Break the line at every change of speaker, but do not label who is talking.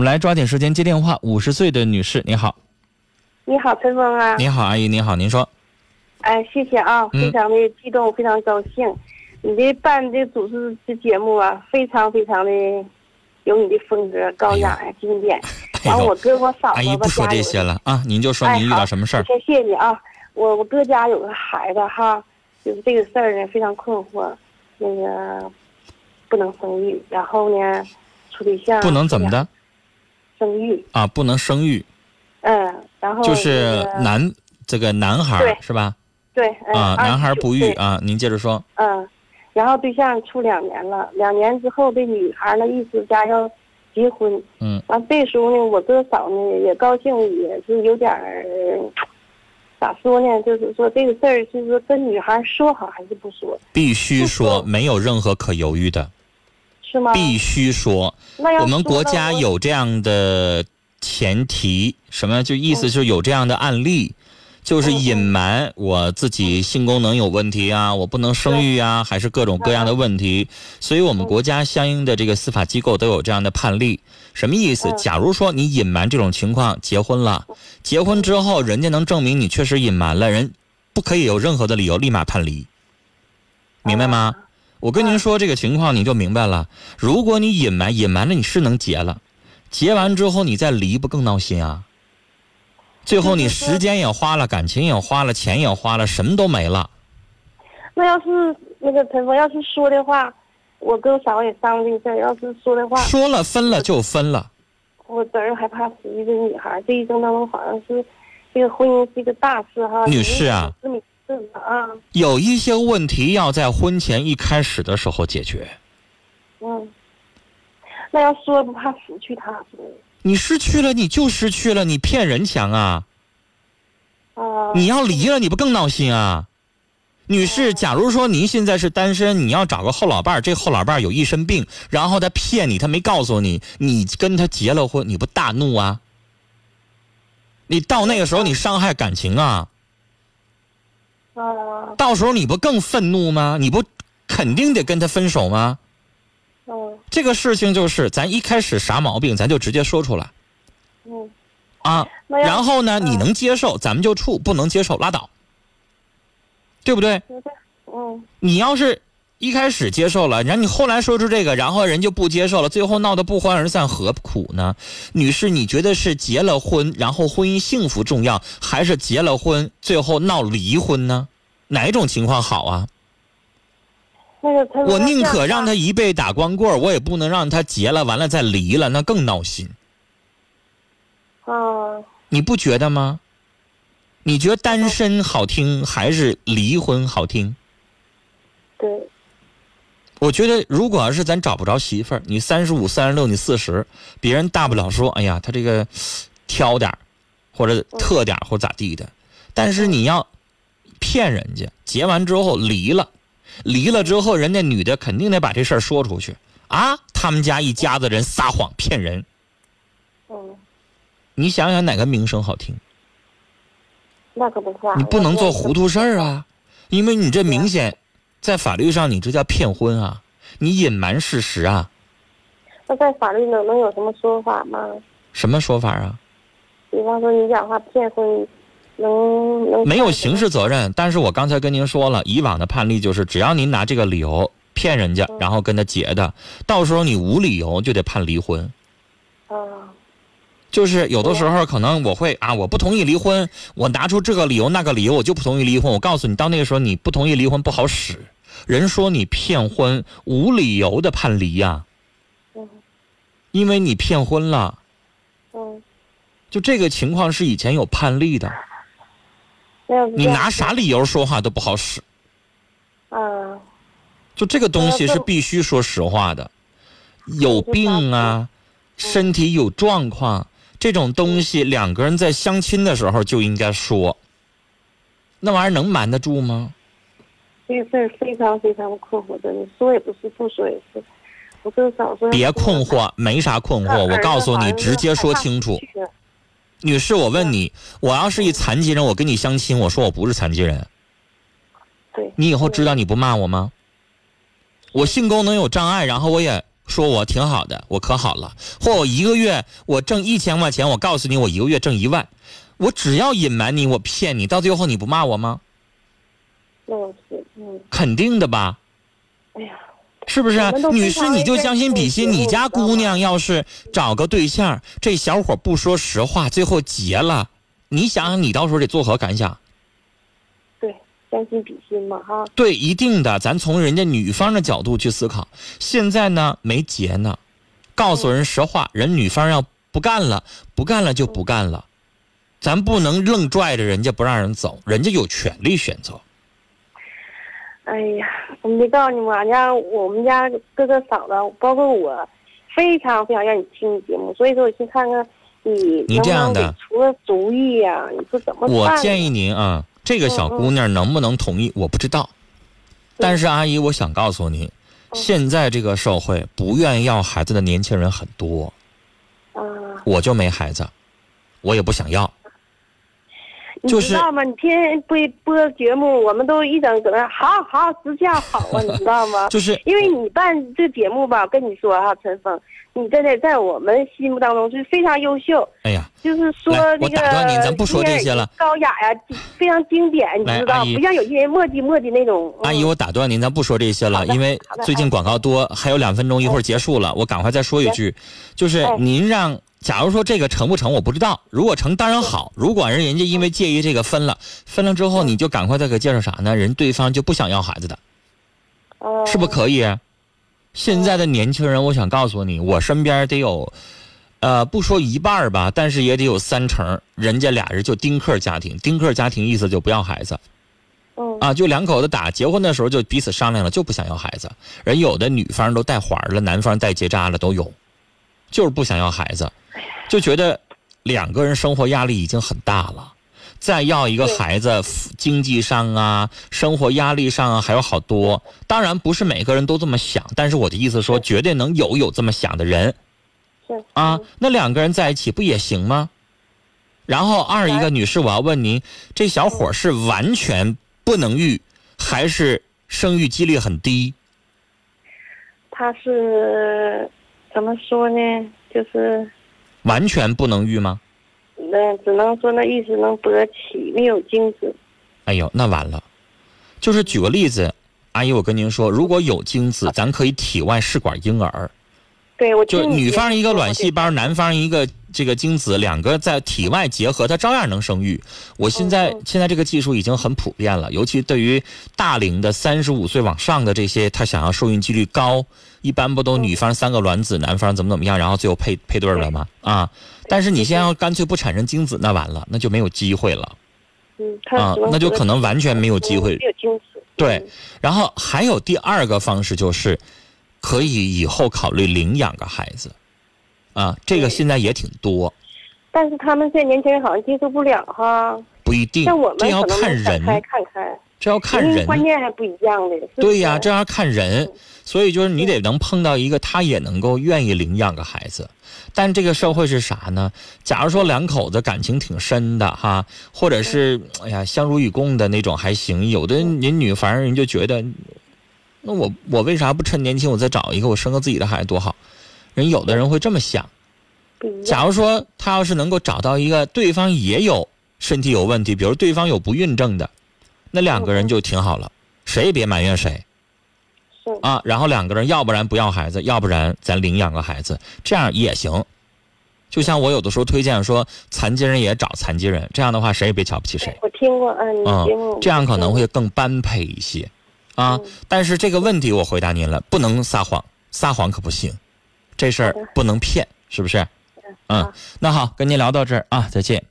我们来抓紧时间接电话。五十岁的女士，你好，
你好，陈峰啊！
你好，阿姨，您好，您说，
哎，谢谢啊，
嗯
非常的激动，非常高兴。你这办这主持这节目啊，非常非常的有你的风格，高雅呀，经典。
哎
完，
呦
我哥我嫂
阿
子
姨
吧
不说
家
这
有
些了啊，您就说
哎
您遇
好
到什么事儿。
先谢谢你啊！我我哥家有个孩子哈，就是这个事儿呢非常困惑，那个不能生育，然后呢处对象
不能怎么的
生育，
啊，不能生育，
嗯，然后
就是
那个
男这个男孩儿
对
是吧？
对嗯
啊，男孩儿
29
不育
岁
啊，您接着说
嗯，然后对象处两年了，两年之后这女孩呢意思家要结婚，
嗯，
完这时候呢我哥嫂呢也高兴，也是有点儿呃咋说呢，就是说这个事儿就是说跟女孩说好还是不说，
必须
不
说
说
没有任何可犹豫的，
是吗？
必须说。
那要
我们
说
国
呢
家
我
有这样的前提，什么就意思
嗯
就是有这样的案例，就是隐瞒我自己性功能有问题啊，我不能生育啊，还是各种各样
嗯
的问题。所以我们国家相应的这个司法机构都有这样的判例。什么意思？
嗯
假如说你隐瞒这种情况，结婚了，结婚之后人家能证明你确实隐瞒了，人不可以有任何的理由立马判离，明白吗？我跟您说这个情况，你就明白了。如果你隐瞒，隐瞒了你是能结了，结完之后你再离，不更闹心啊？最后你时间也花了，感情也花了，钱也花了，什么都没了。
那要是那个陈峰要是说的话，我哥嫂也商量这个事儿，要是说 的话，
说了分了就分了，
我侄儿害怕死一个女孩，这一生当中好像是这个婚姻是一个大事哈。
女士啊，
是每次的啊，
有一些问题要在婚前一开始的时候解决。
嗯，那要说不怕死去他死
你失去了，你就失去了，你骗人强啊！
啊。
你要离了，你不更闹心啊？女士，假如说您现在是单身，你要找个后老伴儿，这后老伴儿有一身病，然后他骗你，他没告诉你，你跟他结了婚，你不大怒啊？你到那个时候你伤害感情啊，
啊，
到时候你不更愤怒吗？你不肯定得跟他分手吗？
嗯
这个事情就是咱一开始啥毛病，咱就直接说出来
嗯，
啊。
那要
然后呢，
嗯
你能接受咱们就处，不能接受拉倒，对不对？
嗯
你要是一开始接受了，然后你后来说出这个，然后人就不接受了，最后闹得不欢而散，何苦呢？女士，你觉得是结了婚，然后婚姻幸福重要，还是结了婚最后闹离婚呢？哪一种情况好啊？
那个他
我宁可让他一辈打光棍儿，我也不能让他结了完了再离了，那更闹心。
啊，
你不觉得吗？你觉得单身好听还是离婚好听？
对，
我觉得，如果要是咱找不着媳妇儿，你三十五、三十六，你四十，别人大不了说，哎呀，他这个挑点儿，或者特点儿，或者咋地的。但是你要骗人家，结完之后离了，离了之后，人家女的肯定得把这事儿说出去啊。他们家一家子人撒谎骗人，
嗯，
你想想哪个名声好听？
那可不是啊。
你不能做糊涂事儿！啊，因为你这明显在法律上你这叫骗婚啊，你隐瞒事实啊，
那在法律能能有什么说法吗？
什么说法啊？
比方说你讲话骗婚，能能
没有刑事责任，但是我刚才跟您说了，以往的判例就是，只要您拿这个理由骗人家，然后跟他结的，到时候你无理由就得判离婚。
啊？
就是有的时候可能我会啊，我不同意离婚，我拿出这个理由那个理由，我就不同意离婚。我告诉你，到那个时候你不同意离婚不好使，人说你骗婚，无理由的判离呀、
嗯
因为你骗婚了。
嗯，
就这个情况是以前有判例的，
那要是
你
这样
拿啥理由说话都不好使。
啊？
就这个东西是必须说实话的，有病啊，身体有状况这种东西，两个人在相亲的时候就应该说，那玩意儿能瞒得住吗？
这个事儿非常非常的困惑，真的说也不是，不说也是。我跟嫂说，
别困惑，没啥困惑，我告诉你，直接说清楚。女士，我问你，我要是一残疾人，我跟你相亲，我说我不是残疾人，
对，
嗯你以后知道你不骂我吗？我性功能有障碍，然后我也说我挺好的，我可好了，或我一个月我挣一千块钱，我告诉你我一个月挣一万，我只要隐瞒你，我骗你，到最后你不骂我吗？
那我是嗯，
肯定的吧，
哎呀，
是不是啊
我们？都
女
非
士，
常
你就将心比心，
认识
你家
我知道吗
姑娘要是找个对象，这小伙不说实话，最后结了，你想想你到时候得作何感想？
对，将心比心嘛哈。
对，一定的，咱从人家女方的角度去思考。现在呢，没结呢，告诉人实话，人女方要不干了，不干了就不干了，咱不能愣拽着人家不让人走，人家有权利选择。
哎呀，我没告诉你们，俺家我们家哥哥嫂子，包括我，非常非常让你听你节目，所以说我去看看你
你
能
这
不
样
能
的
给出个主意呀、啊你说怎么办？
我建议，您啊，这个小
嗯嗯
姑娘能不能同意，我不知道，但是阿姨，我想告诉您，现在这个社会不愿意要孩子的年轻人很多，
啊，
我就没孩子，我也不想要。
你
就是
知道吗？你天天播播节目，我们都一整搁那好好直叫好啊，你知道吗？
就是
因为你办这节目吧，跟你说哈、陈峰，你真的在我们心目当中是非常优秀，
哎呀，
就是说
来
那
我
个
打断您咱不说这些了
高雅呀、非常经典，你
来
知道
阿，姨
不像有些人磨叽磨叽那种。嗯
阿姨，我打断您，咱不说这些
好
了，
的
因为
好的哦
最近广告多，还有两分钟，一会儿结束了，我赶快再说一句，就是
哎
您让，假如说这个成不成，我不知道，如果成当然好，如果人人家因为介意这个分了，分了之
哦
后你就赶快再给介绍啥呢？人对方就不想要孩子的，
呃
是不可以？啊现
哦
在的年轻人，我想告诉你，我身边得有，呃，不说一半儿吧，但是也得有三成，人家俩人就丁克家庭，丁克家庭意思就不要孩子。
嗯
啊，就两口子打结婚的时候就彼此商量了，就不想要孩子。人有的女方都带环儿了，男方带结扎了都有，就是不想要孩子，就觉得两个人生活压力已经很大了，再要一个
对
孩子，经济上啊、生活压力上啊还有好多。当然不是每个人都这么想，但是我的意思说，
对
绝对能有有这么想的人。
是
啊，那两个人在一起不也行吗？然后二一个女士，我要问您，这小伙是完全不能育，还是生育几率很低？
他是怎么说呢？就是
完全不能育吗？
那只能说那意思能勃起，没有精子。
哎呦，那完了。就是举个例子，阿姨，我跟您说，如果有精子，咱可以体外试管婴儿，
对我
就是
听你
女
节
方
目
一个
说
卵
的
细胞，男方一个这个精子，两个在体外结合，它照样能生育。我现在
嗯嗯
现在这个技术已经很普遍了，尤其对于大龄的三十五岁往上的这些，他想要受孕几率高，一般不都
嗯
女方三个卵子，男方怎么怎么样，然后最后配配对了吗？啊，但是你现在要干脆不产生精子，那完了，那就没有机会了。
嗯，他
啊
只能
那就
勃
可能
起
完全没有机会
没有精子。
对
嗯
然后还有第二个方式就是，可以以后考虑领养个孩子，啊，这个
对
现在也挺多，
但是他们现在年轻人好像接受不了哈，
不一定
像我，们
这要
可能
看
没想开
人，
看开，
这要看
因为
人。
观念还不一样的。是不
对呀、
是
这要看人
嗯，
所以就是你得能碰到一个他也能够愿意领养个孩子。但这个社会是啥呢？假如说两口子感情挺深的哈，或者是哎呀相濡以共的那种还行，有的人人女反正人就觉得，那我我为啥不趁年轻我再找一个，我生个自己的孩子多好？人有的人会这么想。
不一样。
假如说他要是能够找到一个对方也有身体有问题，比如对方有不孕症的，那两个人就挺好了，谁也别埋怨谁。
是
啊，然后两个人要不然不要孩子，要不然咱领养个孩子，这样也行。就像我有的时候推荐说，残疾人也找残疾人，这样的话谁也别瞧不起谁
我听过，嗯，你
啊、
节目、
这样可能会更般配一些啊。
嗯
但是这个问题我回答您了，不能撒谎，撒谎可不行，这事儿
好的
不能骗，是不是？嗯
好，
那好，跟您聊到这儿啊，再见。